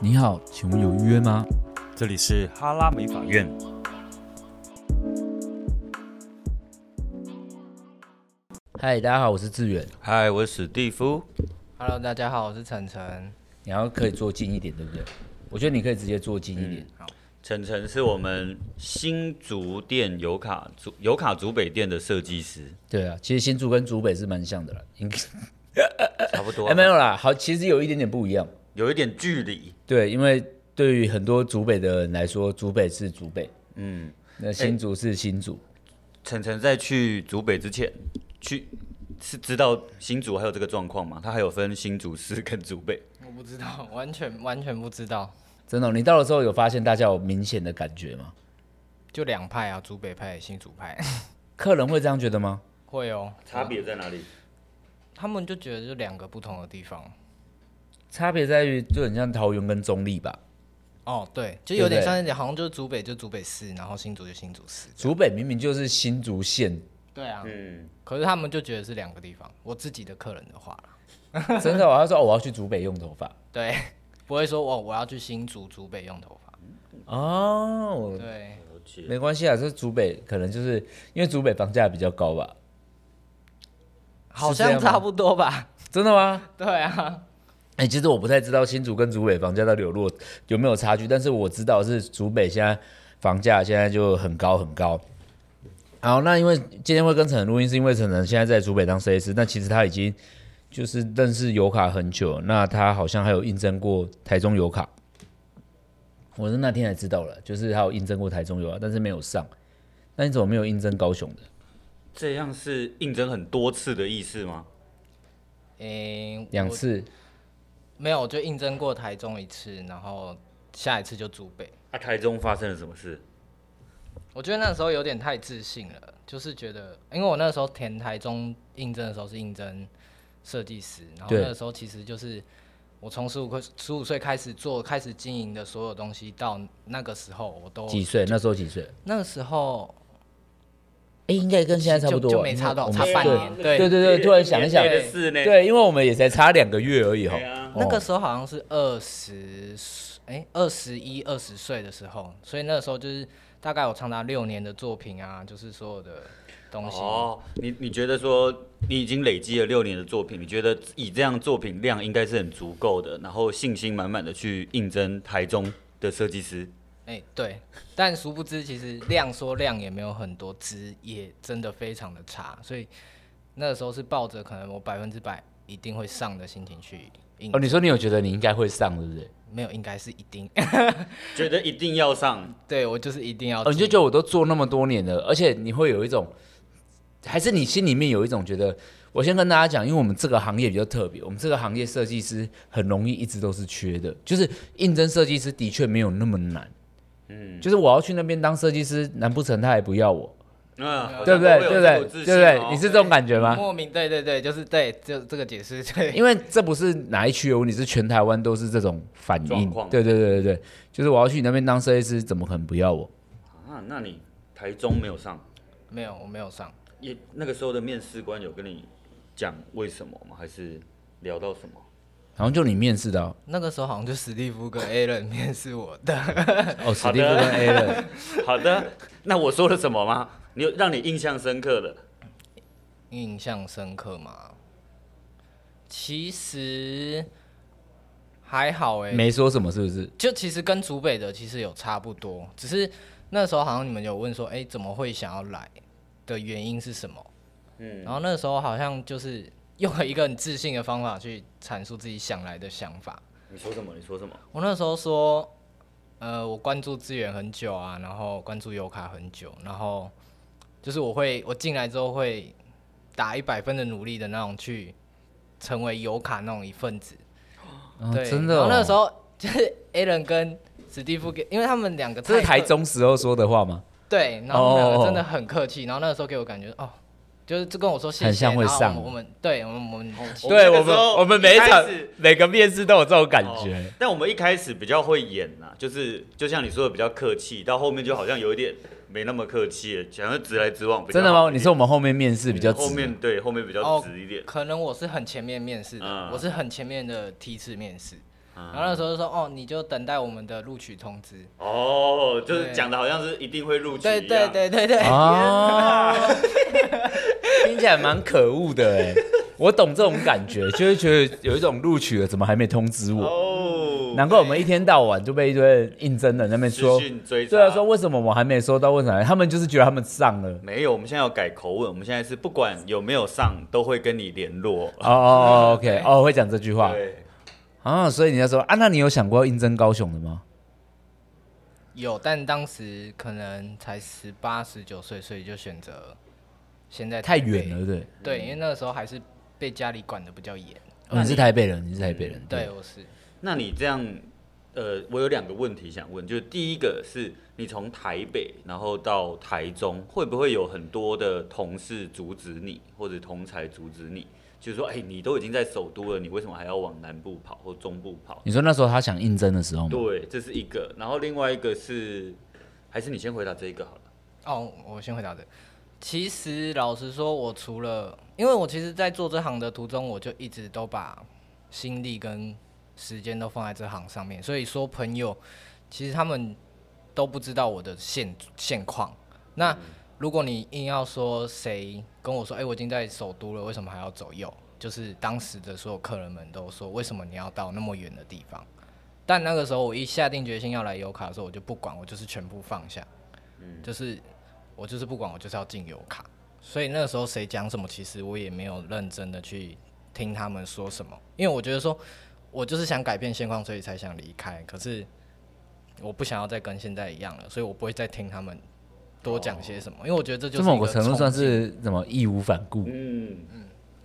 你好，请问有预约吗？这里是哈拉美法院。嗨，大家好，我是志远。嗨，我是史蒂夫。 Hello，大家好，我是晨晨。你要可以坐近一点，对不对？我觉得你可以直接坐近一点。晨晨是我们新竹店油卡竹油卡竹北店的设计师，对啊，其实新竹跟竹北是蛮像的啦，应该差不多哎啊、没有啦，好，其实有一点点不一样。有一点距离。对，因为对于很多竹北的人来说，竹北是竹北，嗯，那新竹是新竹。晨晨在去竹北之前，去是知道新竹还有这个状况吗？他还有分新竹市跟竹北。我不知道， 完全完全不知道，真的哦、你到的时候有发现大家有明显的感觉吗？就两派啊，主北派、新主派， 客人会这样觉得吗？会哦。差别在哪里？他们就觉得就两个不同的地方。差别在于，就很像桃园跟中立吧。哦，对，就对不有点对像一点，好像就是主北就主北市，然后新竹就新竹市。竹北明明就是新竹县，对啊，嗯，可是他们就觉得是两个地方。我自己的客人的话啦，真的哦、他说、哦、我要去竹北用头发。对， 不会说哦，我要去新竹主北用头发。哦，对，了解。没关系啊，这竹北可能就是因为竹北房价比较高吧？好这样像吗差不多吧。真的吗？ 对啊，哎、其实我不太知道新竹跟竹北房价到底有落有没有差距，但是我知道是竹北现在房价现在就很高很高。好，那因为今天会跟陈晨录音，是因为陈晨现在在竹北当设计师，那其实他已经就是认识油卡很久，那他好像还有应征过台中油卡，我是那天才知道了，就是他有应征过台中油卡，但是没有上。那你怎么没有应征高雄的？这样是应征很多次的意思吗？诶、我两次没有，我就应征过台中一次，然后下一次就主北。啊，台中发生了什么事？我觉得那时候有点太自信了，就是觉得，因为我那时候填台中应征的时候是应征设计师，然后对那时候其实就是我从十五岁十五岁开始做，开始经营的所有东西，到那个时候我都几岁？那时候几岁？那个时候哎、应该跟现在差不多啊，就就没差多少我们差半对年对对对对，突然想一想，对的事呢。对，因为我们也才差两个月而已哈对。啊哦那个时候好像是二十，哎，二十一、二十岁的时候，所以那个时候就是大概我长达六年的作品啊，就是所有的东西。哦，你你觉得说你已经累积了六年的作品，你觉得以这样作品量应该是很足够的，然后信心满满的去应征台中的设计师。哎、对，但殊不知其实量说量也没有很多，值也真的非常的差，所以那个时候是抱着可能我百分之百一定会上的心情去应，哦，你说你有觉得你应该会上，对不对？没有应该是一定， 觉得一定要上，对我就是一定要哦，进、你就觉得我都做那么多年了，而且你会有一种，还是你心里面有一种觉得，我先跟大家讲，因为我们这个行业比较特别，我们这个行业设计师很容易一直都是缺的，就是应征设计师的确没有那么难。嗯，就是我要去那边当设计师，难不成他还不要我，嗯，对不对？对不对？对不哦对？你是这种感觉吗？莫名对对对，就是对，就这个解释对，因为这不是哪一区有问题，是全台湾都是这种反状应况。对对对对对，就是我要去你那边当设计师，怎么可能不要我？啊？那你台中没有上，没有我没有上，也那个时候的面试官有跟你讲为什么吗？还是聊到 什么？好像就你面试的 哦，那个时候好像就史蒂夫跟 a l a n 面试我的，哦史蒂夫跟 A 了，好的，那我说了什么吗？你有让你印象深刻的？印象深刻吗？其实还好哎、没说什么是不是？就其实跟竹北的其实有差不多，只是那时候好像你们有问说，哎、怎么会想要来的原因是什么？嗯然后那时候好像就是用了一个很自信的方法去阐述自己想来的想法。你说什么？你说什么？我那时候说，呃，我关注资源很久啊，然后关注油卡很久，然后就是我会我进来之后会打一百分的努力的那种去成为油卡那种一份子。哦对，真的、然哦后。那个时候 就是 Alan 跟史蒂夫给，因为他们两个这是太台客中时候说的话吗？对，然后他们两哦个真的很客气，然后那个时候给我感觉哦，就是就跟我说谢谢，很像会然后上我们我们对我们我们对那我个时们，候我们每一场一开始每个面试都有这种感觉哦。但我们一开始比较会演呐、就是就像你说的比较客气，到后面就好像有一点没那么客气了，想要直来直往比较真好一点。的吗？你说我们后面面试比较直哦后面对后面比较直一点。可能我是很前面面试的，嗯我是很前面的梯次面试，然嗯然后那时候就说哦，你就等待我们的录取通知。哦，就是对讲的好像是一定会录取一对样。对对对对，啊哦， 听起来蛮可恶的哎。我懂这种感觉，就是觉得有一种录取了，怎么还没通知我？哦，难怪我们一天到晚就被一堆应征的那边资说，讯追对啊，查。说为什么我还没收到？为什么？他们就是觉得他们上了。没有，我们现在要改口吻，我们现在是不管有没有上，都会跟你联络。哦哦哦，OK，哦，会讲这句话对，啊，所以你要说啊，那你有想过要应征高雄的吗？有，但当时可能才十八十九岁，所以就选择现在太台北远了，对不对？对，因为那个时候还是被家里管的比较严。哦，你是台北人，你是台北人，对，我是那你这样，呃，我有两个问题想问，就是第一个是你从台北然后到台中，会不会有很多的同事阻止你，或者同才阻止你？就是说，哎、你都已经在首都了，你为什么还要往南部跑或中部跑？你说那时候他想应征的时候吗？对，这是一个。然后另外一个是，还是你先回答这一个好了。哦，我先回答的。其实老实说，我除了因为我其实，在做这行的途中，我就一直都把心力跟时间都放在这行上面，所以说朋友其实他们都不知道我的现现况。那如果你硬要说谁跟我说，哎、我已经在首都了，为什么还要走右？就是当时的所有客人们都说，为什么你要到那么远的地方？但那个时候我一下定决心要来油卡的时候，我就不管，我就是全部放下，就是我就是不管，我就是要进油卡。所以那个时候谁讲什么，其实我也没有认真的去听他们说什么，因为我觉得说，我就是想改变现况，所以才想离开。可是我不想要再跟现在一样了，所以我不会再听他们多讲些什么，因为我觉得这就这是某一个程度冲算击是什么义无反顾，嗯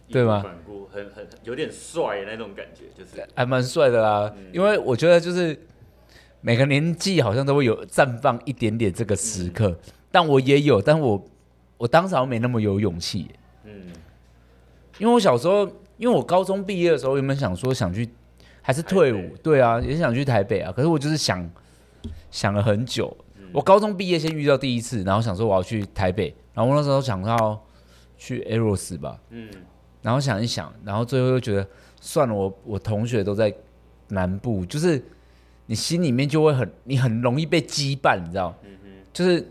对吗义无反顾，很很有点帅的那种感觉，就是还蛮帅的啦。因为我觉得就是每个年纪好像都会有绽放一点点这个时刻，但我也有，但我我当时好像没那么有勇气耶，嗯，因为我小时候，因为我高中毕业的时候原本想说想去还是台北退伍，对啊，也想去台北啊，可是我就是想想了很久。我高中毕业先遇到第一次，然后想说我要去台北，然后我那时候想到去 Eros 吧，嗯，然后想一想，然后最后又觉得算了，我我同学都在南部，就是你心里面就会很，你很容易被羁绊，你知道？嗯就是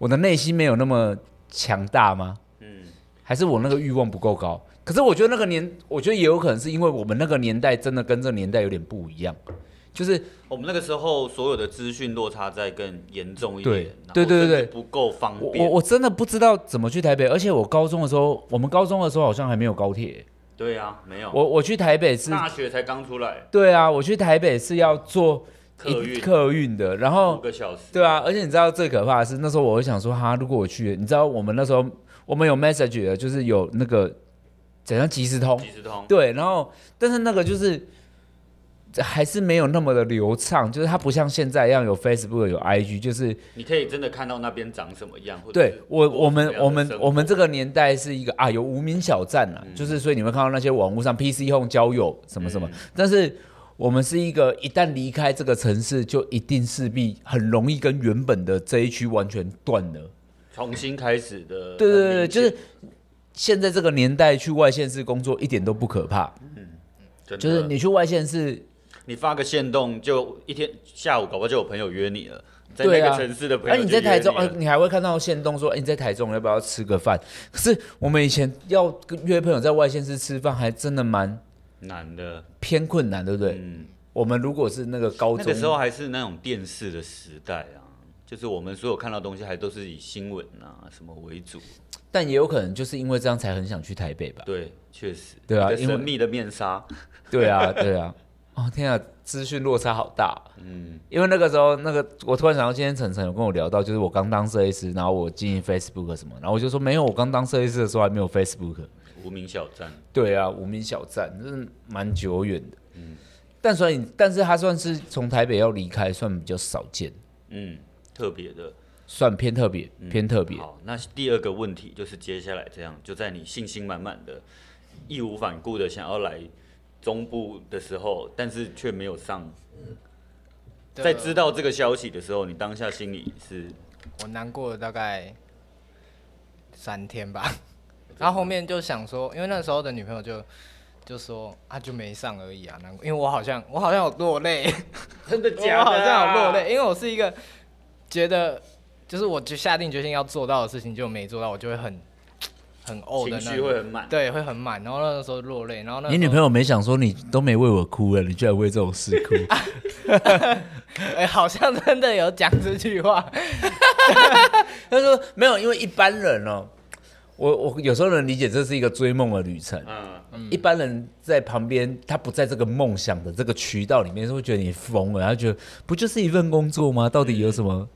我的内心没有那么强大吗？嗯还是我那个欲望不够高？可是我觉得那个年，我觉得也有可能是因为我们那个年代真的跟这年代有点不一样，就是哦我们那个时候所有的资讯落差再更严重一点，对然后对对对甚至对不够方我便。我我真的不知道怎么去台北，而且我高中的时候，我们高中的时候好像还没有高铁，对啊，没有，我我去台北是，大学才刚出来，对啊，我去台北是要坐客运客运的，然后五个小时，对啊，而且你知道最可怕的是，那时候我会想说，哈，如果我去，你知道我们那时候我们有 message 的，就是有那个怎样即时通，即时通，对，然后但是那个就是还是没有那么的流畅，就是它不像现在一样有 Facebook 有 IG，就是你可以真的看到那边长什么样，或者对是我过我什们么样的我们生活嗯我们这个年代是一个啊有无名小站啊，就是所以你会看到那些网络上 PC Home 交友什么什么，但是我们是一个一旦离开这个城市，就一定势必很容易跟原本的这一区完全断了。重新开始的，对对对很对，明就显是现在这个年代去外县市工作一点都不可怕，真的就是你去外县市，你发个线动，就一天下午搞不好就有朋友约你了，在那对啊个城市的朋哎、友就约了，啊你在台中，哎、你还会看到县东说，哎、你在台中要不要吃个饭？可是我们以前要跟约朋友在外县市吃饭，还真的蛮男的，偏困难，对不对？嗯。我们如果是那个高那中，个时候还是那种电视的时代啊，就是我们所有看到的东西还都是以新闻啊什么为主。但也有可能就是因为这样才很想去台 北吧？对，确实。对啊一个因为神秘的面纱。对啊，对啊。哦天啊，资讯落差好大。嗯，因为那个时候，那个我突然想到，今天晨晨有跟我聊到，就是我刚当设计师，然后我经营 Facebook 什么，然后我就说没有，我刚当设计师的时候还没有 Facebook。无名小站。对啊，无名小站，真的蛮久远的。嗯，但所以，但是他算是从台北要离开，算比较少见，嗯，特别的。算偏特别，偏特别。嗯好，那第二个问题就是接下来这样，就在你信心满满的、义无反顾的想要来中部的时候，但是却没有上。的在知道这个消息的时候，你当下心里 是我难过了大概三天吧，然后后面就想说，因为那时候的女朋友就就说啊就没上而已啊，难怪，因为我好像我好像有落 泪，真的啊我好像有落泪，因为我是一个觉得就是我就下定决心要做到的事情，就没做到，我就会很很怄情的哦那绪种，会很满。对，会很满，然后那时候落泪，然后那你女朋友友没想说你都没为我哭了，你居然为这种事哭？哎、好像真的有讲这句话， 他说没有，因为一般人哦，我我有时候能理解这是一个追梦的旅程。嗯，一般人在旁边，他不在这个梦想的这个渠道里面，是会觉得你疯了，他觉得不就是一份工作吗？到底有什么？嗯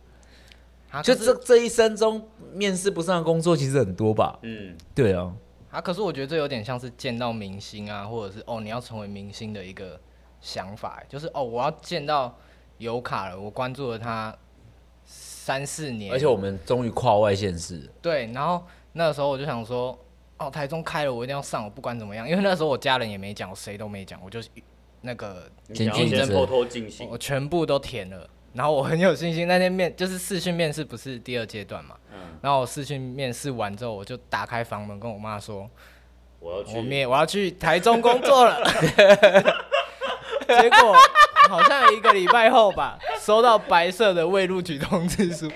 啊就可是这这一生中面试不上的工作其实很多吧？嗯，对啊，啊，可是我觉得这有点像是见到明星啊，或者是哦你要成为明星的一个想法，就是哦我要见到尤卡了，我关注了他三四年，而且我们终于跨外县市，对，然后那个时候我就想说，哦台中开了我一定要上，我不管怎么样，因为那时候我家人也没讲，我谁都没讲，我就是那个你检想举要先者偷偷进行我，全部都填了，然后我很有信心。那天面就是试训面试，不是第二阶段嘛？嗯然后我试训面试完之后，我就打开房门跟我妈说，我要哦我去面我要去台中工 作了。结果好像一个礼拜后吧，收到白色的未录取通知书，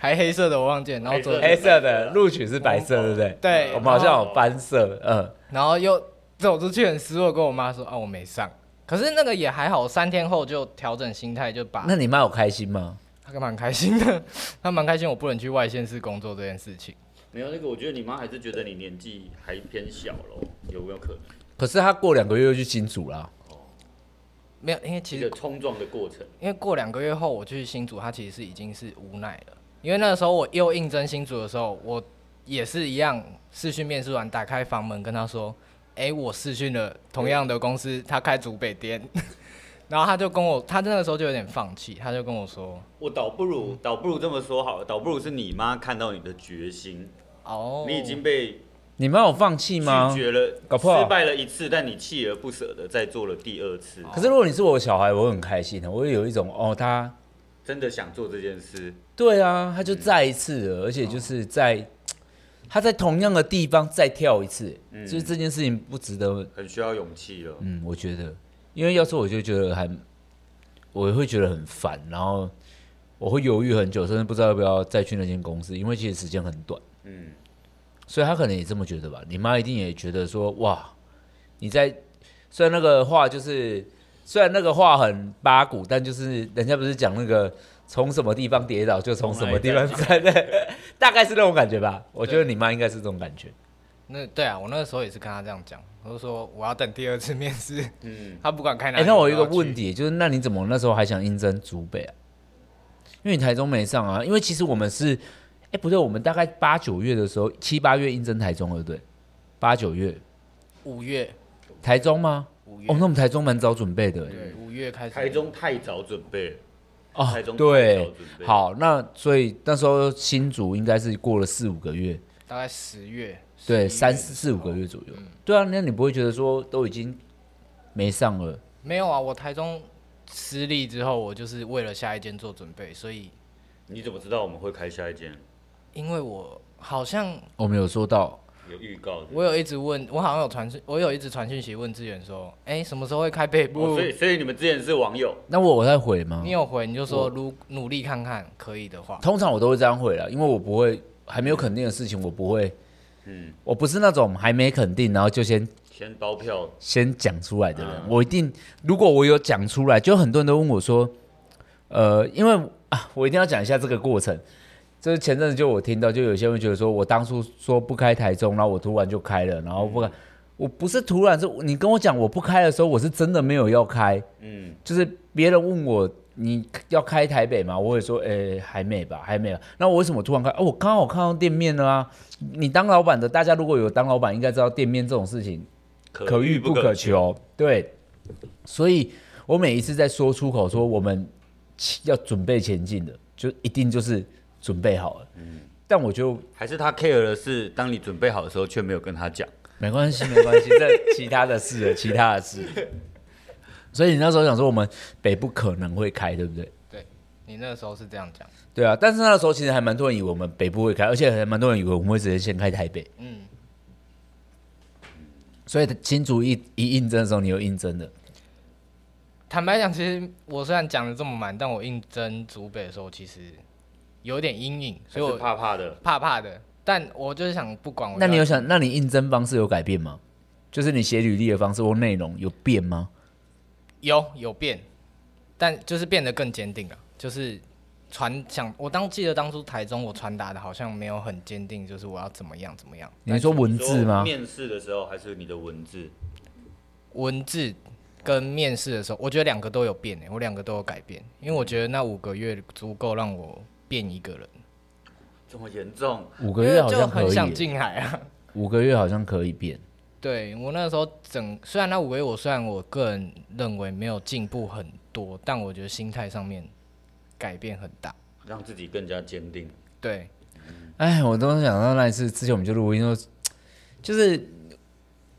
还黑色的我忘记了。然后昨黑黑天，色的录取是白色，对不对？对我们好像有翻色，嗯，然后又走出去很失落，跟我妈说啊我没上。可是那个也还好，三天后就调整心态，就把啊那你妈有开心吗？他蛮开心的，他蛮开心我不能去外县市工作这件事情。没有那个，我觉得你妈还是觉得你年纪还偏小咯，有没有可能？可是她过两个月又去新竹啦，没有，因为其一个实冲撞的过程，因为过两个月后我去新竹，他其实是已经是无奈了，因为那个时候我又应征新竹的时候，我也是一样试训面试完，打开房门跟他说：“哎、我试训了同样的公司，他哎开竹北店。”然后他就跟我，他那个时候就有点放弃，他就跟我说我倒不如倒不如这么说好了，倒不如是你妈看到你的决心，：“哦，你已经被你妈有放弃吗？拒绝了，搞不好失败了一次，但你锲而不舍的再做了第二次，可是如果你是我的小孩，我会很开心的，我会有一种哦，他真的想做这件事，对啊，他就再一次了，而且就是在、他在同样的地方再跳一次，嗯就是这件事情不值得。很需要勇气了。嗯，我觉得，因为要是我就觉得还，我会觉得很烦，然后我会犹豫很久，甚至不知道要不要再去那间公司，因为其实时间很短，嗯，所以他可能也这么觉得吧。你妈一定也觉得说，哇，你在虽然那个话就是虽然那个话很八股，但就是人家不是讲那个从什么地方跌倒就从什么地方站， 大概是那种感觉吧。我觉得你妈应该是这种感觉。那对啊，我那个时候也是跟他这样讲，我就说我要等第二次面试，嗯，他不管开哪哎、里。那我有要一个去问题，就是那你怎么那时候还想应征竹北啊？因为你台中没上啊，因为其实我们是，哎、不对，我们大概八九月的时候，七八月应征台中，对不对？八九月五月，台中吗？五哦月，，那我们台中蛮早准备的。对，五月开始。嗯台中太早准备了，哦台中，太早对准备，好，那所以那时候新竹应该是过了四五个月，大概十月，对， 11三月四四五个月左右。对啊，那你不会觉得说都已经没上了？没有啊，我台中失利之后，我就是为了下一间做准备，所以你怎么知道我们会开下一间？因为我好像我们有说到，有预告的。我有一直问，我好像有传讯，我有一直传讯息问志远说，哎、什么时候会开北哦部所？以，所以你们之前是网友，那我我在回吗？你有回你就说如努力看看，可以的话，通常我都会这样回了，因为我不会还没有肯定的事情，我不会，嗯，我不是那种还没肯定然后就先先包票，先讲出来的人。我一定，如果我有讲出来，就很多人都问我说，呃，因为啊，我一定要讲一下这个过程。就是前阵子就我听到，就有些人会觉得说，我当初说不开台中，然后我突然就开了，然后不开，我不是突然，是你跟我讲我不开的时候，我是真的没有要开，嗯，就是别人问我你要开台北吗？我会说，诶、还没吧，还没吧。那我为什么突然开？哦，我刚好看到店面了啊。你当老板的，大家如果有当老板，应该知道店面这种事情可遇不可。求。对，所以我每一次在说出口说我们要准备前进的，就一定就是准备好了。但我就还是他 care 的是，当你准备好的时候，却没有跟他讲。没关系，没关系，这其他的事了，其他的事。所以你那时候想说我们北部可能会开，对不对？对你那个时候是这样讲，对啊，但是那时候其实还蛮多人以为我们北部会开，而且还蛮多人以为我们会直接先开台北。嗯，所以新竹一一应征的时候，你有应征的，哦坦白讲，其实我虽然讲的这么满，但我应征竹北的时候，其实有点阴影，所以还是我怕怕的。怕怕的。但我就是想不管我就那要。你有想，那你应征方式有改变吗？就是你写履历的方式或内容有变吗？有有变，但就是变得更坚定了。就是传想，我当记得当初台中我传达的好像没有很坚定，就是我要怎么样怎么样。你说文你字说吗？面试的时候还是你的文字？文字跟面试的时候，我觉得两个都有变欸诶、我两个都有改变，因为我觉得那五个月足够让我变一个人。这么严重？五个月好因为就像可很以欸想耶，进海啊。五个月好像可以变。对我那时候整，虽然那五个月我虽然我个人认为没有进步很多，但我觉得心态上面改变很大。让自己更加坚定。对，哎，我都想到那一次，之前我们就录音说，就是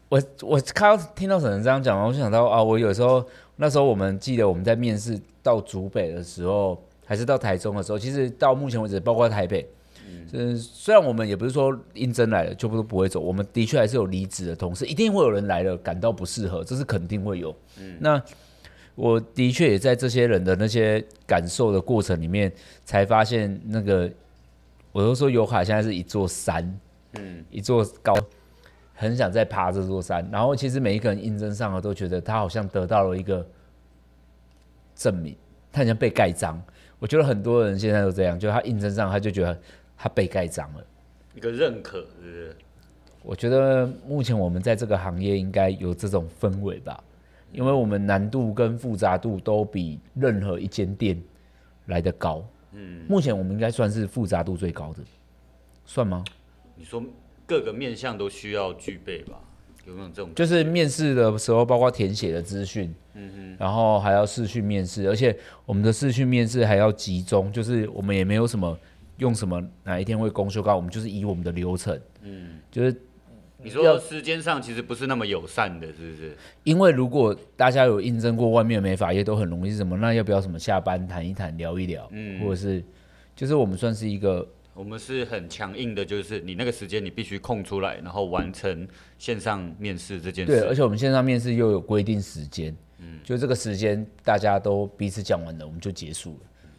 我我看到听到沈晨这样讲，我就想到啊，我有时候那时候我们记得我们在面试到竹北的时候，还是到台中的时候，其实到目前为止，包括台北，嗯，虽然我们也不是说应征来了就不不会走，我们的确还是有离职的同事，一定会有人来了感到不适合，这是肯定会有。嗯，那我的确也在这些人的那些感受的过程里面，才发现那个我都说尤卡现在是一座山，嗯，一座高，很想再爬这座山。然后其实每一个人应征上了，都觉得他好像得到了一个证明，他好像被盖章。我觉得很多人现在都这样，就他应征上，他就觉得他被盖章了。一个认可，是不是？我觉得目前我们在这个行业应该有这种氛围吧，因为我们难度跟复杂度都比任何一间店来得高。嗯，目前我们应该算是复杂度最高的，算吗？你说各个面向都需要具备吧？有没有这种？就是面试的时候，包括填写的资讯，嗯哼，然后还要视讯面试，而且我们的视讯面试还要集中，就是我们也没有什么用什么哪一天会公休告，我们就是以我们的流程，嗯，就是你要说时间上其实不是那么友善的，是不是？因为如果大家有应征过外面的美发业，都很容易是什么？那要不要什么下班谈一谈、聊一聊，嗯，或者是就是我们算是一个我们是很强硬的，就是你那个时间你必须空出来，然后完成线上面试这件对，而事。且我们线上面试又有规定时间，嗯，就这个时间大家都彼此讲完了，我们就结束了，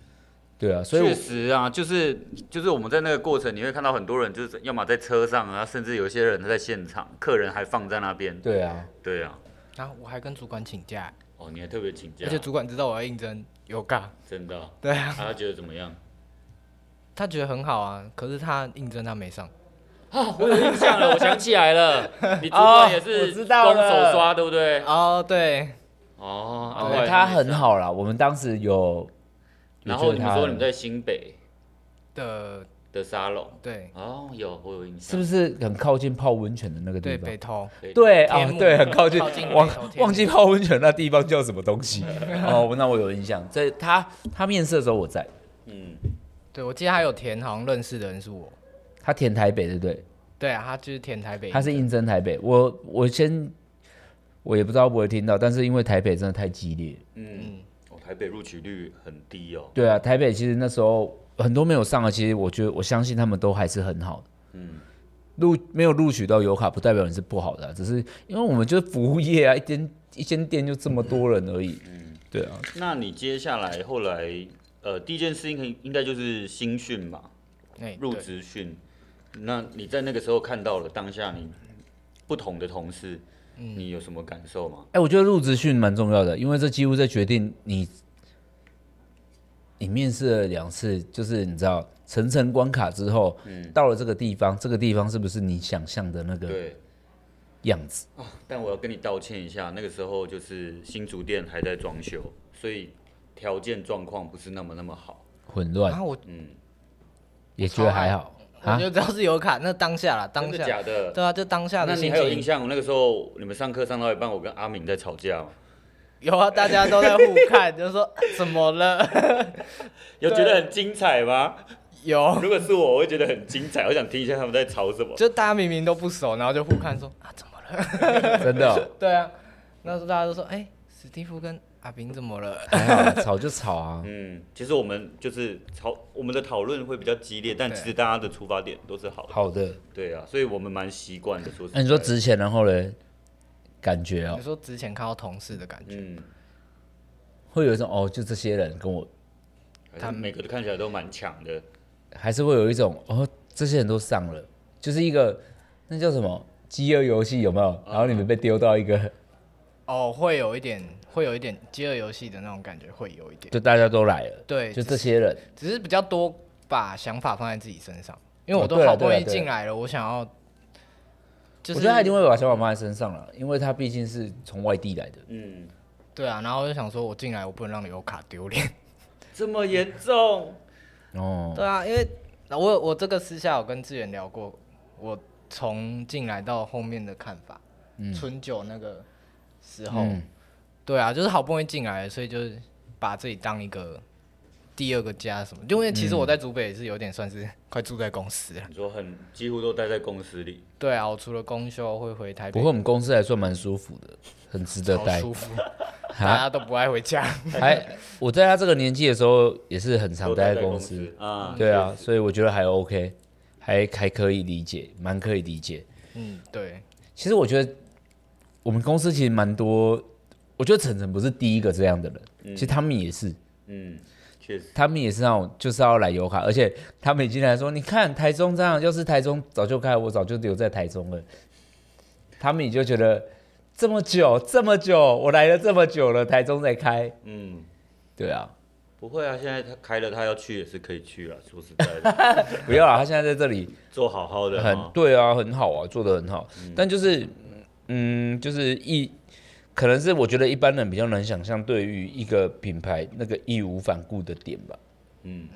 对啊，所以我确实啊，就是就是我们在那个过程，你会看到很多人就是要么在车上啊，甚至有一些人在现场，客人还放在那边。对啊。对啊，然后我还跟主管请假欸、哦，你还特别请假而，且主管知道我要应征有尬，真的哦、对啊，他觉得怎么样？ 他觉得很好啊，可是他应征他没上，我有印象了，我想起 来了，你主管也哦是我知道空手了刷，对不对？哦，对，哦，哦难怪他没很上。好啦，我们当时有，然有后觉你得们他说你们在新北的的沙龙，对哦，有我有印是象，不是很靠近泡温泉的那个地对方北？投，对对天啊，幕对，很靠近靠近，忘北投天幕忘记泡温泉那地方叫什么东 西哦，那我有印象。在他他面试的时候我在，嗯，对我记得他有填，好像认识的人是我，他填台北对不对？对啊，他就是填台北，他是应征台北，我我先我也不知道会不会听到，但是因为台北真的太激烈，嗯，哦，台北录取率很低哦，对啊，台北其实那时候很多没有上的，其实我觉得我相信他们都还是很好的。嗯，录没有录取到油卡，不代表你是不好的啊、只是因为我们就是服务业啊，一间一间店就这么多人而已。嗯，对啊，那你接下来后来，呃，第一件事情应该就是新训嘛，哎，入对职训，那你在那个时候看到了当下你不同的同事，嗯你有什么感受吗？哎、我觉得入职训蛮重要的，因为这几乎在决定你你面试了两次，就是你知道层层关卡之后，到了这个地方，这个地方是不是你想象的那个对，样子？但我要跟你道歉一下，那个时候就是新竹店还在装修，所以条件状况不是那么那么好。混乱、啊，我嗯，也觉得还好我啊。就知道是有卡，那当下啦，当真的下，假的？对啊，就当下那的你心还有印情，象？那个时候你们上课上到一半，我跟阿敏在吵架吗，有啊，大家都在互看，就说啊怎么了， 有觉得很精彩吗？有，如果是我，我会觉得很精彩。我想听一下他们在吵什么。。就大家明明都不熟，然后就互看说啊怎么了，真的 哦、对啊，那时候大家都说哎史蒂夫跟阿平怎么了，还好啦，吵就吵啊嗯，其实我们就是讨我们的讨论会比较激烈，但对其实大家的出发点都是好的。好的，对啊，所以我们蛮习惯的。说实那、你说在值钱，然后嘞，感觉哦你，说之前看到同事的感觉，嗯，会有一种哦，就这些人跟我，他每个都看起来都蛮强的，还是会有一种哦，这些人都上了，就是一个那叫什么饥饿游戏有没啊有？然后你们被丢到一个，哦，会有一点，会有一点饥饿游戏的那种感觉，会有一点。就大家都来了，对，就只这是些人，只是比较多把想法放在自己身上，因为哦我都对了好不对了容易对进了来了，我想要，就是我觉得他一定会把小宝放在身上了，因为他毕竟是从外地来的。嗯，对啊，然后我就想说，我进来我不能让刘卡丢脸。这么严重，哦，对啊，因为我有我这个私下有跟志远聊过，我从进来到后面的看法，春酒那个时候，嗯对啊，就是好不容易进来了，所以就是把自己当一个第二个家什么，因为其实我嗯在竹北也是有点算是 快住在公司了。你说很几乎都待在公司里，对啊，我除了公休会回台不北过，我们公司还算蛮舒服的，很值得好待。舒服，大还家都不爱回家。还我在他这个年纪的时候，也是很常都待待在在公司司。啊，对啊，所以我觉得还 OK，还还可以理解，蛮可以理解。嗯，对， 其实我觉得我们公司其实蛮多，我觉得晨晨不是第一个这样的人，其实他们也是，嗯，确实，他们也是那种就是要来游卡，而且他们已经来说，你看台中这样，要是台中早就开，我早就留在台中了。他们也就觉得这么久这么久，我来了这么久了，台中才开，嗯，对啊，不会啊，现在他开了，他要去也是可以去了， 说实在的，不要啊，他现在在这里做好好的哦很哈，对啊，很好啊，做的很好。但就是，嗯，就是一，可能是我觉得一般人比较难想象，对于一个品牌那个义无反顾的点吧。嗯，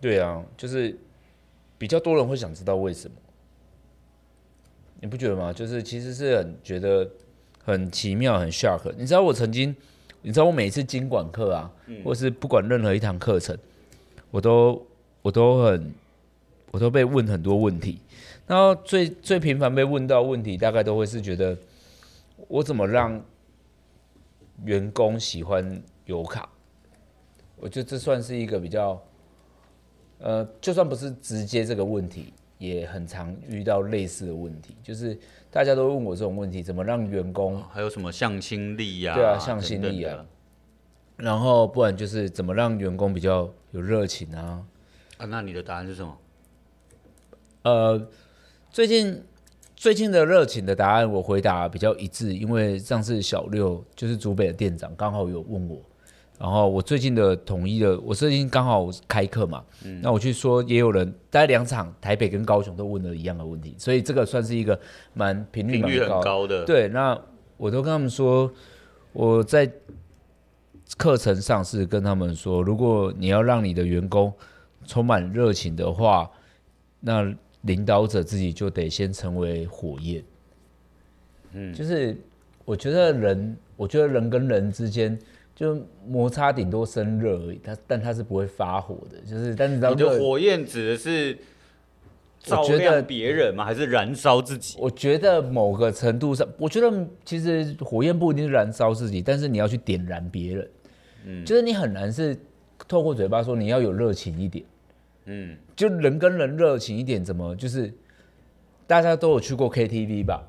对啊，就是比较多人会想知道为什么，你不觉得吗？就是其实是很觉得很奇妙、很 shock。你知道我曾经，你知道我每一次经管课啊，或是不管任何一堂课程，我都我都很我都被问很多问题，然后最最频繁被问到的问题，大概都会是觉得我怎么让员工喜欢油卡？我觉得这算是一个比较。呃，就算不是直接这个问题，也很常遇到类似的问题，就是大家都问我这种问题，怎么让员工，还有什么向心力呀？对啊向心力啊等等的，然后不然就是怎么让员工比较有热情啊。啊，那你的答案是什么？呃，最近最近的热情的答案我回答比较一致，因为上次小六就是竹北的店长刚好有问我，然后我最近的统一的，我最近刚好开课嘛，嗯那我去说也有人大概两场台北跟高雄都问了一样的问题，所以这个算是一个蛮频率频率蛮很高的。高的，对，那我都跟他们说，我在课程上是跟他们说，如果你要让你的员工充满热情的话，那领导者自己就得先成为火焰。嗯，就是我觉得人，我觉得人跟人之间。就摩擦顶多生热而已，它但它是不会发火的，就是但你知道你的热火焰指的是照我觉得亮别人吗？还是燃烧自己？我觉得某个程度上，我觉得其实火焰不一定是燃烧自己，但是你要去点燃别人，嗯，就是你很难是透过嘴巴说你要有热情一点，嗯，就人跟人热情一点，怎么就是大家都有去过 KTV 吧？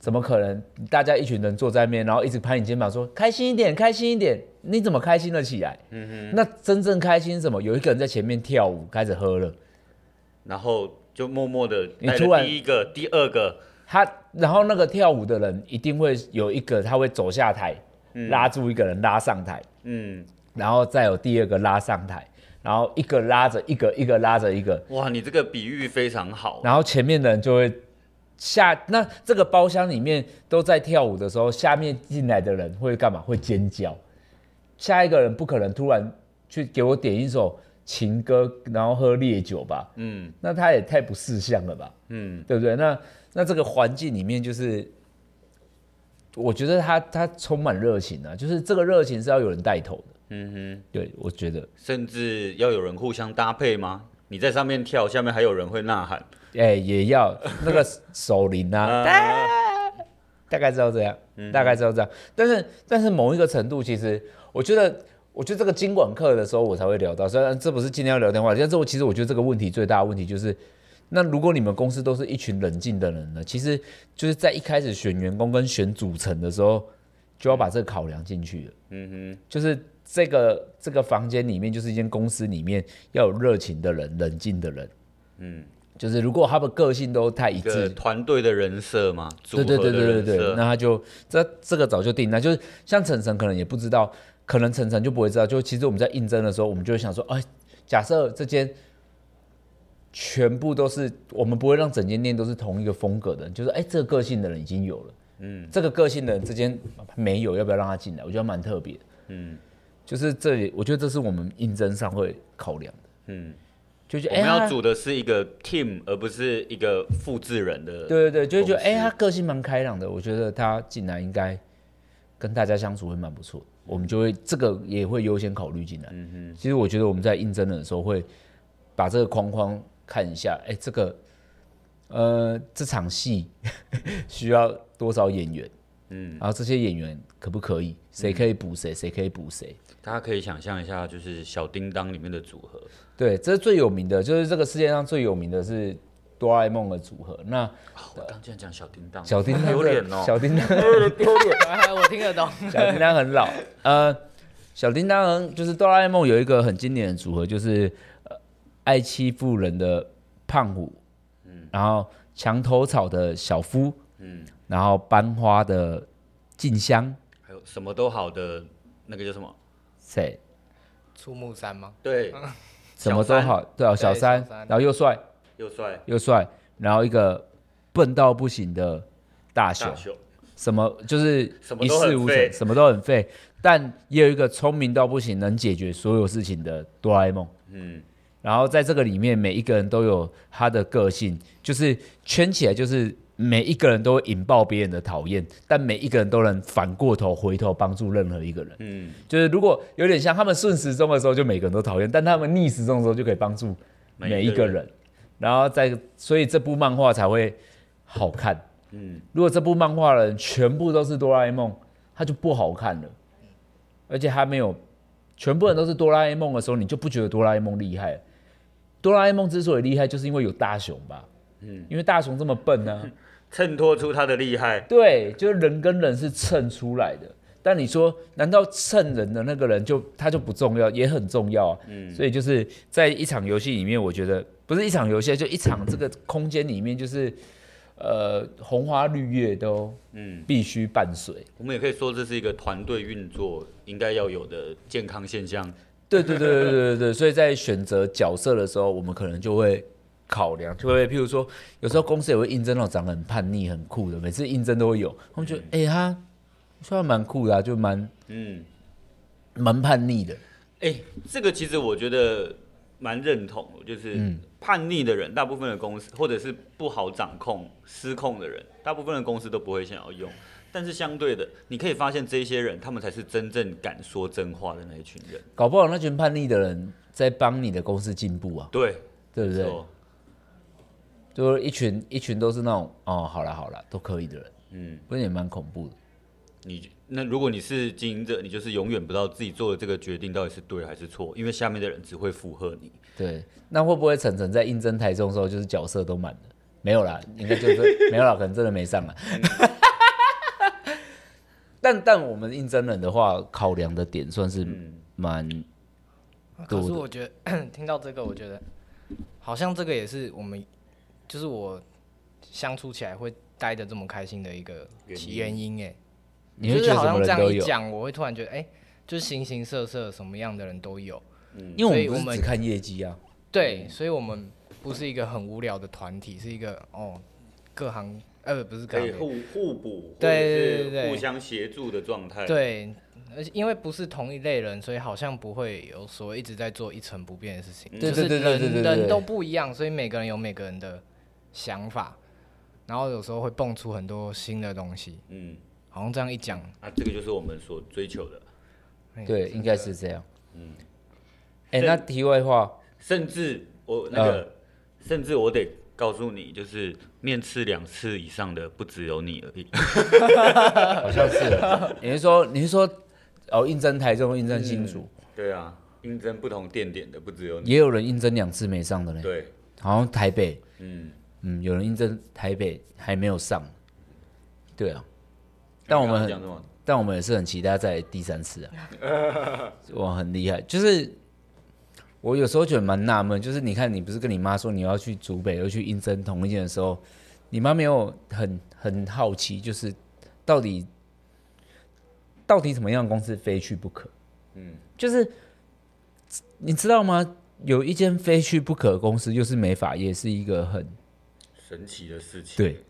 怎么可能大家一群人坐在面，然后一直拍你肩膀说开心一点，开心一点，你怎么开心了起来？嗯哼，那真正开心是什么？有一个人在前面跳舞，开始喝了。然后就默默的你带突了然第一个、第二个，他，然后那个跳舞的人一定会有一个，他会走下台，拉住一个人拉上台，嗯，然后再有第二个拉上台，然后一个拉着一个，一个拉着一个，哇，你这个比喻非常好，然后前面的人就会下。那这个包厢里面都在跳舞的时候，下面进来的人会干嘛？会尖叫。下一个人不可能突然去给我点一首情歌，然后喝烈酒吧？嗯那他也太不识相了吧？嗯，对不对？那那这个环境里面，就是我觉得他他充满热情啊，就是这个热情是要有人带头的。嗯哼，对，我觉得，甚至要有人互相搭配吗？你在上面跳，下面还有人会呐喊，哎、也要那个手铃 嗯啊，大概知道这样，大概知道这样。但是但是某一个程度，其实我觉得。我觉得这个经管课的时候，我才会聊到。虽然这不是今天要聊天话题，但是我其实我觉得这个问题最大的问题就是，那如果你们公司都是一群冷静的人呢，其实就是在一开始选员工跟选组成的时候，就要把这个考量进去了。嗯就是这个这个房间里面，就是一间公司里面要有热情的人、冷静的人。哼，嗯，就是如果他们个性都太一一致个，团队的人设嘛，组对对合对的对人对对，设，那他就这这个早就定了，就是像晨晨可能也不知道，可能晨晨就不会知道，就其实我们在应征的时候，我们就会想说，哎，假设这间全部都是，我们不会让整间店都是同一个风格的人，就是哎，这个个性的人已经有了，嗯，这个个性的人之间没有，要不要让他进来？我觉得蛮特别的，嗯就是这里，我觉得这是我们应征上会考量的，嗯，就觉我得哎，们要他组的是一个 team，而不是一个复制人的。对对对，就会觉得公司哎、他个性蛮开朗的，我觉得他进来应该跟大家相处会蛮不错，我们就会这个也会优先考虑进来。嗯其实我觉得我们在应征的时候会把这个框框看一下，哎、这个呃这场戏 需要多少演员，嗯然后这些演员可不可以，谁可以补谁，谁可以补谁。哼，大家可以想象一下，就是小叮当里面的组合，对，这是最有名的，就是这个世界上最有名的是哆啦 A 梦的组合。那哦我刚竟然讲小叮当，小叮当的，有脸哦，小叮当。我听得懂。 小叮当很老，呃，小叮当就是哆啦 A 梦有一个很经典的组合，就是呃爱欺负人的胖虎，然后墙头草的小夫，嗯，然后班花的静香，还有什么都好的那个叫什么？谁出木山吗？对，什么都好，对啊，小三小，三然后又帅又帅又帅，然后一个笨到不行的大雄大，雄，什么就是什么一都很事无废成，什么都很废，但也有一个聪明到不行，能解决所有事情的哆啦 A 梦。嗯然后在这个里面，每一个人都有他的个性，就是圈起来，就是每一个人都会引爆别人的讨厌，但每一个人都能反过头回头帮助任何一个人。嗯就是如果有点像他们顺时钟的时候，就每个人都讨厌，但他们逆时钟的时候就可以帮助每每一一个个人人。然后在，所以这部漫画才会好看。嗯，如果这部漫画的人全部都是哆啦 A 梦，它就不好看了，而且它没有全部人都是哆啦 A 梦的时候，你就不觉得哆啦 A 梦厉害了。哆啦 A 梦之所以厉害，就是因为有大雄吧，嗯，因为大雄这么笨啊呢、衬托出他的厉害，对，就是人跟人是蹭出来的。但你说，难道蹭人的那个人就他就不重要，也很重要啊？嗯，所以就是在一场游戏里面，我觉得不是一场游戏，就一场这个空间里面，就是呃红花绿叶都嗯，必须伴随。我们也可以说这是一个团队运作应该要有的健康现象。对对对对对对对，所以在选择角色的时候，我们可能就会考量，就会譬如说，有时候公司也会应征那种长得很叛逆、很酷的，每次应征都会有，他们觉得哎、他虽然蛮酷的、啊，就蛮嗯，蛮叛逆的，哎、这个其实我觉得蛮认同的，就是叛逆的人，大部分的公司或者是不好掌控、失控的人，大部分的公司都不会想要用。但是相对的，你可以发现这些人，他们才是真正敢说真话的那一群人。搞不好那群叛逆的人在帮你的公司进步啊，对，对不没对？错就是一群一群都是那种哦，好了好了，都可以的人，嗯，不是也蛮恐怖的。你那如果你是经营者，你就是永远不知道自己做的这个决定到底是对还是错，因为下面的人只会附和你。对，那会不会晨晨在应征台中的时候，就是角色都满了？没有啦，应该就是 没有啦，可能真的没上来。啊嗯 但但我们应征人的话，考量的点算是嗯嗯蛮、啊可是对我觉得 听到这个，我觉得好像这个也是我们，就是我相处起来会待的这么开心的一个其原因哎。你就会是觉得好什么像人这样都一有，讲，我会突然觉得，哎、就是形形色色，什么样的人都有。因为所以我们我不们是只看业绩啊。对，所以我们不是一个很无聊的团体，是一个哦，各行呃不是各可以行，互互补，对或者是对对对互相协助的状态。，对，而且因为不是同一类人，所以好像不会有所一直在做一成不变的事情，嗯对对对对对对就对是人人都不一样，所以每个人有每个人的想法，然后有时候会蹦出很多新的东西，嗯，好像这样一讲，啊，这个就是我们所追求的，哎对，应该是这样。嗯，哎、所以那题外话，甚至我那个，甚至我得告诉你，就是面试两次以上的不只有你而 已。 好像是了你是说你是说哦，应征台中，应征新竹，嗯对啊，应征不同店点的不只有你。也有人应征两次没上的嘞。对，好像台北，嗯，嗯，有人应征台北还没有上，对啊，但我你刚刚们讲什么？但我们也是很期待在第三次啊， 哇，很厉害，就是。我有时候觉得蛮纳闷，就是你看，你不是跟你妈说你要去竹北，又去应征同一件的时候，你妈没有很很好奇，就是到底到底什么样的公司非去不可？嗯，就是你知道吗？有一间非去不可的公司，就是美发业，是一个很神奇的事情。对，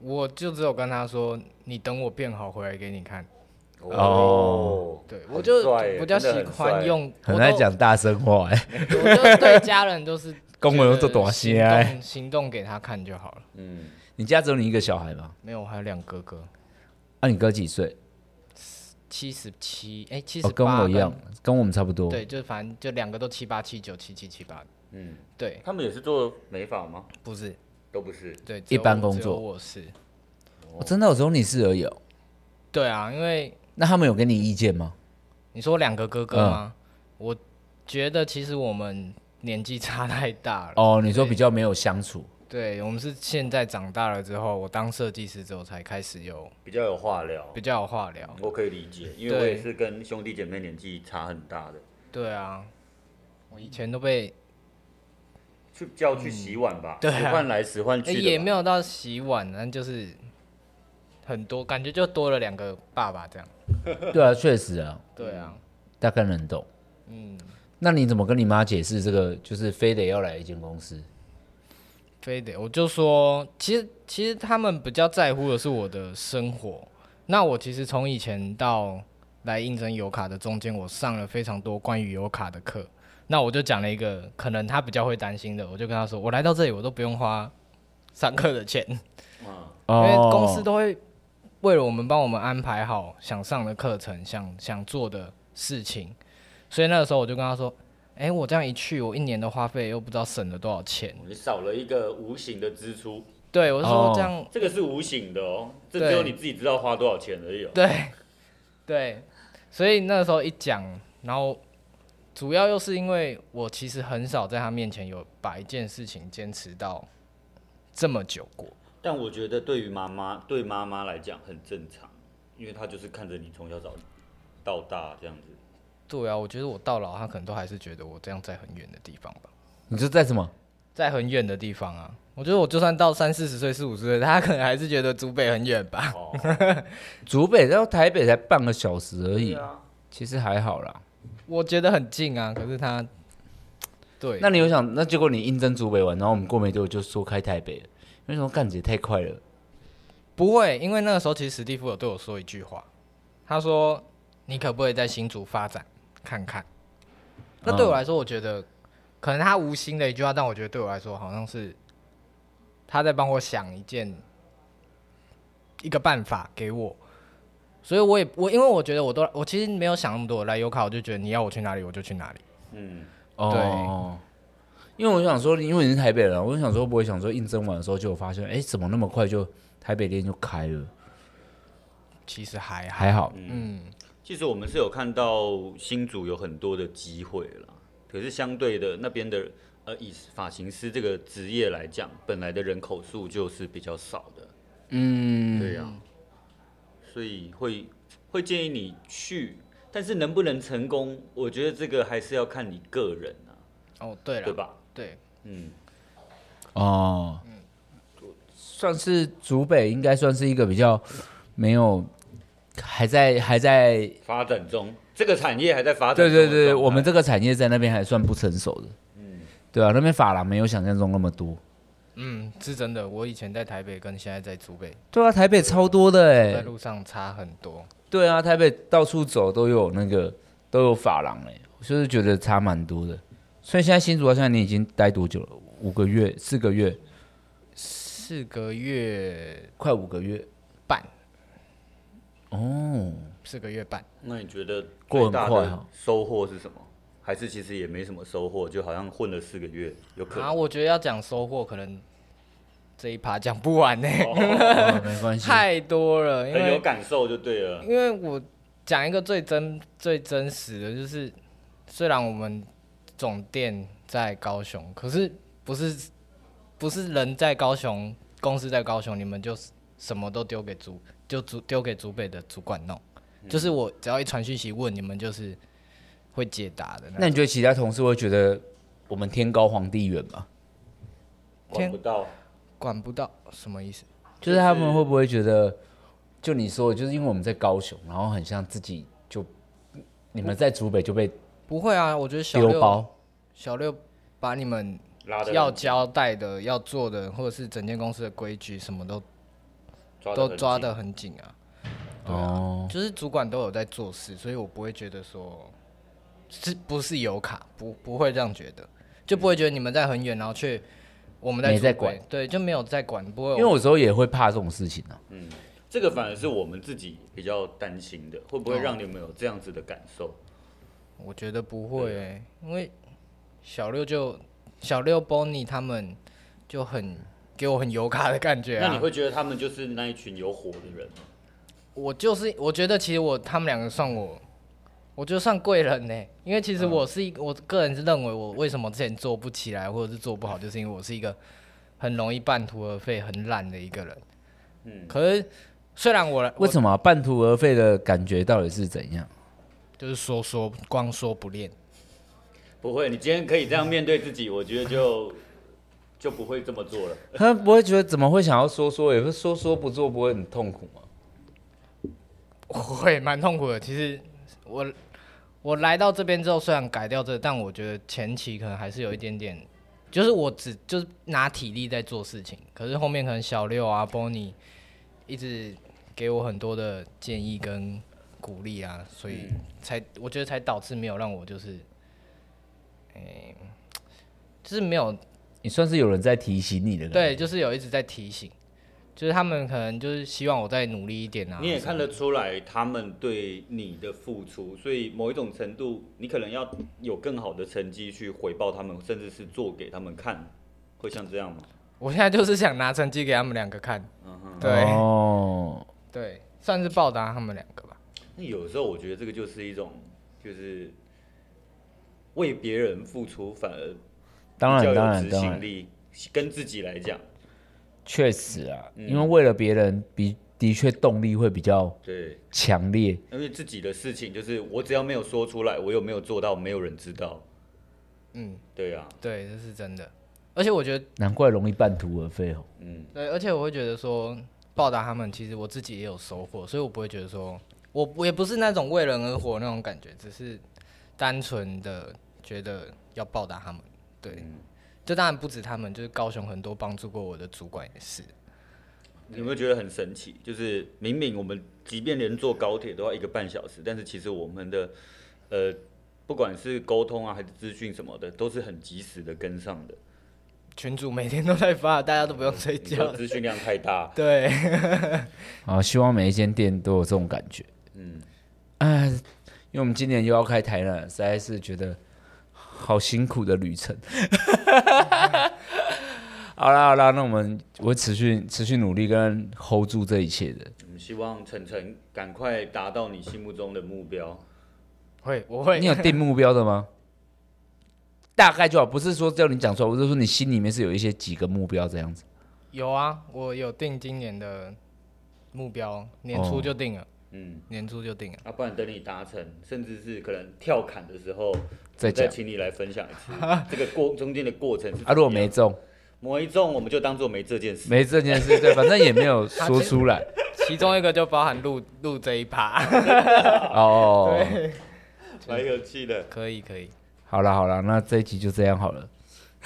我就只有跟他说，你等我变好回来给你看。哦哦，对很我就帅耶比较真的喜很欢帅用，很我爱都，讲大声话、哎，我就对家人都是 公文觉都得多行些哎动行动给他看就好了。嗯，你家只有你一个小孩吗？没有，我还有两哥哥，啊，你哥几岁？七十七，哎，七哦，十跟八，我一样，跟我们差不多。对，就反正就两个都七八七九七七七八，嗯，对，他们也是做美发吗？不是，都不是，对，一般只有我工作只有我是，哦真的，我只有你是而已、哦。对啊，因为那他们有给你意见吗？你说两个哥哥嗯吗？我觉得其实我们年纪 差太大了。哦，你说比较没有相处，对，我们是现在长大了之后，我当设计师之后才开始有比较有话聊比。较有话聊。我可以理解，因为对我也是跟兄弟姐妹年纪差很大的，对啊，我以前都被、去叫去洗碗吧，对啊使唤来使唤诶去的吧，也没有到洗碗，但就是很多感觉就多了两个爸爸这样。对啊，确实啊，对啊，大概能懂。嗯，那你怎么跟你妈解释这个？就是非得要来一间公司，非得我就说，其实其实他们比较在乎的是我的生活。那我其实从以前到来应征油卡的中间，我上了非常多关于油卡的课。那我就讲了一个可能他比较会担心的，我就跟他说，我来到这里我都不用花上课的钱，嗯，因 因为公司都会为了我们帮我们安排好想上的课程、想想做的事情，所以那个时候我就跟他说：“哎、我这样一去，我一年的花费又不知道省了多少钱。你少了一个无形的支出，对”我就哦说这样，这个是无形的哦，这对只有你自己知道花多少钱而已哦。 对对，所以那个时候一讲，然后主要又是因为我其实很少在他面前有把一件事情坚持到这么久过。但我觉得对于妈妈，对妈妈来讲很正常，因为她就是看着你从小长到大这样子。对啊，我觉得我到老，他可能都还是觉得我这样在很远的地方吧。你就在什么？在很远的地方啊。我觉得我就算到三四十岁、四五十岁，他可能还是觉得竹北很远吧。哦，竹北到台北才半个小时而已，对啊，其实还好啦。我觉得很近啊，可是他，对，那你有想，那结果你应征竹北完，然后我们过没多久就说开台北了，为什么干姐太快了？不会，因为那个时候其实史蒂夫有对我说一句话，他说：“你可不可以在新竹发展看看？”那对我来说，我觉得可能他无心的一句话，但我觉得对我来说好像是他在帮我想一件一个办法给我，所以我也我因为我觉得我都我其实没有想那么多，来油卡我就觉得你要我去哪里我就去哪里，嗯，哦，因为我想说，因为你是台北人，我就想说不会想说应征完的时候就有发现，哎、怎么那么快就台北店就开了？其实还好，还好，嗯，其实我们是有看到新竹有很多的机会啦，可是相对的那边的呃，以发型师这个职业来讲，本来的人口数就是比较少的，嗯，对呀、啊所以会会建议你去，但是能不能成功，我觉得这个还是要看你个人啊，哦对对了，吧？对，嗯，哦，算是竹北应该算是一个比较没有还在还在，发展中，这个产业还在发展中对的对对，状态我们这个产业在那边还算不成熟的，嗯对啊，那边法郎没有想象中那么多。嗯，是真的，我以前在台北跟现在在竹北对啊，台北超多的哎、在路上差很多。对啊，台北到处走都有那个都有发廊哎、我就是觉得差蛮多的。所以现在新竹到现在你已经待多久了？五个月、四个月，四个月快五个月半，哦。四个月半，那你觉得过最很大快啊的哈收获是什么？还是其实也没什么收获，就好像混了四个月，有可啊，能。我觉得要讲收获，可能这一趴讲不完呢、哦没关系， 太多了，因很有为感受就对了。因为我讲一个最真最真实的，就是虽然我们总店在高雄，可是不是不是人在高雄，公司在高雄，你们就是什么都丢给主就主丢给主北的主管弄，就是我只要一传讯息问你们，就是会解答的那那你种。觉得其他同事会觉得我们天高皇帝远吗？管不到，管不到什么意思？就是他们会不会觉得，就你说的，就是因为我们在高雄，然后很像自己就你们在竹北就被不会啊，我觉得小丢六包，小六把你们拉的要交代的、要做的，或者是整间公司的规矩什么都都抓的很紧啊。对啊哦就是主管都有在做事，所以我不会觉得说是不是有卡，不不会这样觉得，就不会觉得你们在很远，然后却我们在没在出轨管，对，就没有在管，不会有。因为我有时候也会怕这种事情啊。这个反而是我们自己比较担心的，会不会哦让你们有这样子的感受？我觉得不会、啊欸，因为小六就小六 Bonnie 他们就很给我很油卡的感觉啊。那你会觉得他们就是那一群有火的人吗？我就是我觉得其实我他们两个算我，我就算贵人呢、因为其实我是一个、我个人是认为我为什么之前做不起来或者是做不好，就是因为我是一个很容易半途而废、很懒的一个人。嗯可是虽然我我为什么啊、半途而废的感觉到底是怎样？就是说说光说不练，不会，你今天可以这样面对自己，我觉得就就不会这么做了。他不会觉得怎么会想要说说，也会说说不做，不会很痛苦吗？我会蛮痛苦的。其实我我来到这边之后，虽然改掉这个但我觉得前期可能还是有一点点，就是我只就是拿体力在做事情，可是后面可能小六啊、Bonnie 一直给我很多的建议跟鼓励啊，所以嗯才、我觉得才导致没有让我就是，诶、就是没有你算是有人在提醒你的，，对，就是有一直在提醒，就是他们可能就是希望我再努力一点啊。你也看得出来他们对你的付出，所以某一种程度，你可能要有更好的成绩去回报他们，甚至是做给他们看，会像这样吗？我现在就是想拿成绩给他们两个看，嗯哼。对、哦，对，算是报答他们两个吧。那有时候我觉得这个就是一种，就是为别人付出反而当比较然当有然执当行然，力，跟自己来讲，确实啊，嗯因为为了别人，比的确动力会比较对，强烈。因为自己的事情就是我只要没有说出来，我有没有做到，没有人知道。嗯，对啊，对，这是真的。而且我觉得，难怪容易半途而废哦。嗯，对，而且我会觉得说报答他们，其实我自己也有收获，所以我不会觉得说我我也不是那种为人而活那种感觉，只是单纯的觉得要报答他们。对，嗯这当然不止他们，就是高雄很多帮助过我的主管也是。你有没有觉得很神奇？就是明明我们即便连坐高铁都要一个半小时，但是其实我们的呃，不管是沟通啊还是资讯什么的，都是很及时的跟上的。群主每天都在发，大家都不用睡你的觉。资讯量太大，对， 啊，希望每一间店都有这种感觉。嗯，哎，因为我们今年又要开台了，实在是觉得好辛苦的旅程。 好啦好啦，那我们我会持续持续努力跟 hold 住这一切的。我们希望晨晨赶快达到你心目中的目标。会，我会。你有定目标的吗？大概就好，不是说叫你讲出来，我是说你心里面是有一些几个目标这样子。有啊，我有定今年的目标，年哦初就定了，嗯，年初就定了。啊，不然等你达成，甚至是可能跳坎的时候，再我再讲请你来分享一 次这个过中间的过程是怎么样。啊，如果没中，某一中，我们就当做没这件事。没这件事，对，反正也没有说出来。其中一个就包含录录这一趴，哦，蛮有趣的。可以可以，好了好了，那这一集就这样好了。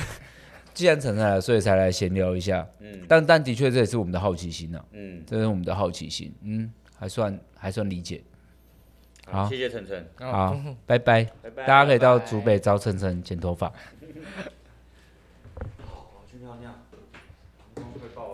既然陈晨来了，所以才来闲聊一下。嗯但但的确这也是我们的好奇心呐、啊，嗯，这是我们的好奇心。嗯，还算还算理解。好好，谢谢晨晨，哦好，拜拜。拜拜。大家可以到拜拜竹北找晨晨剪头发。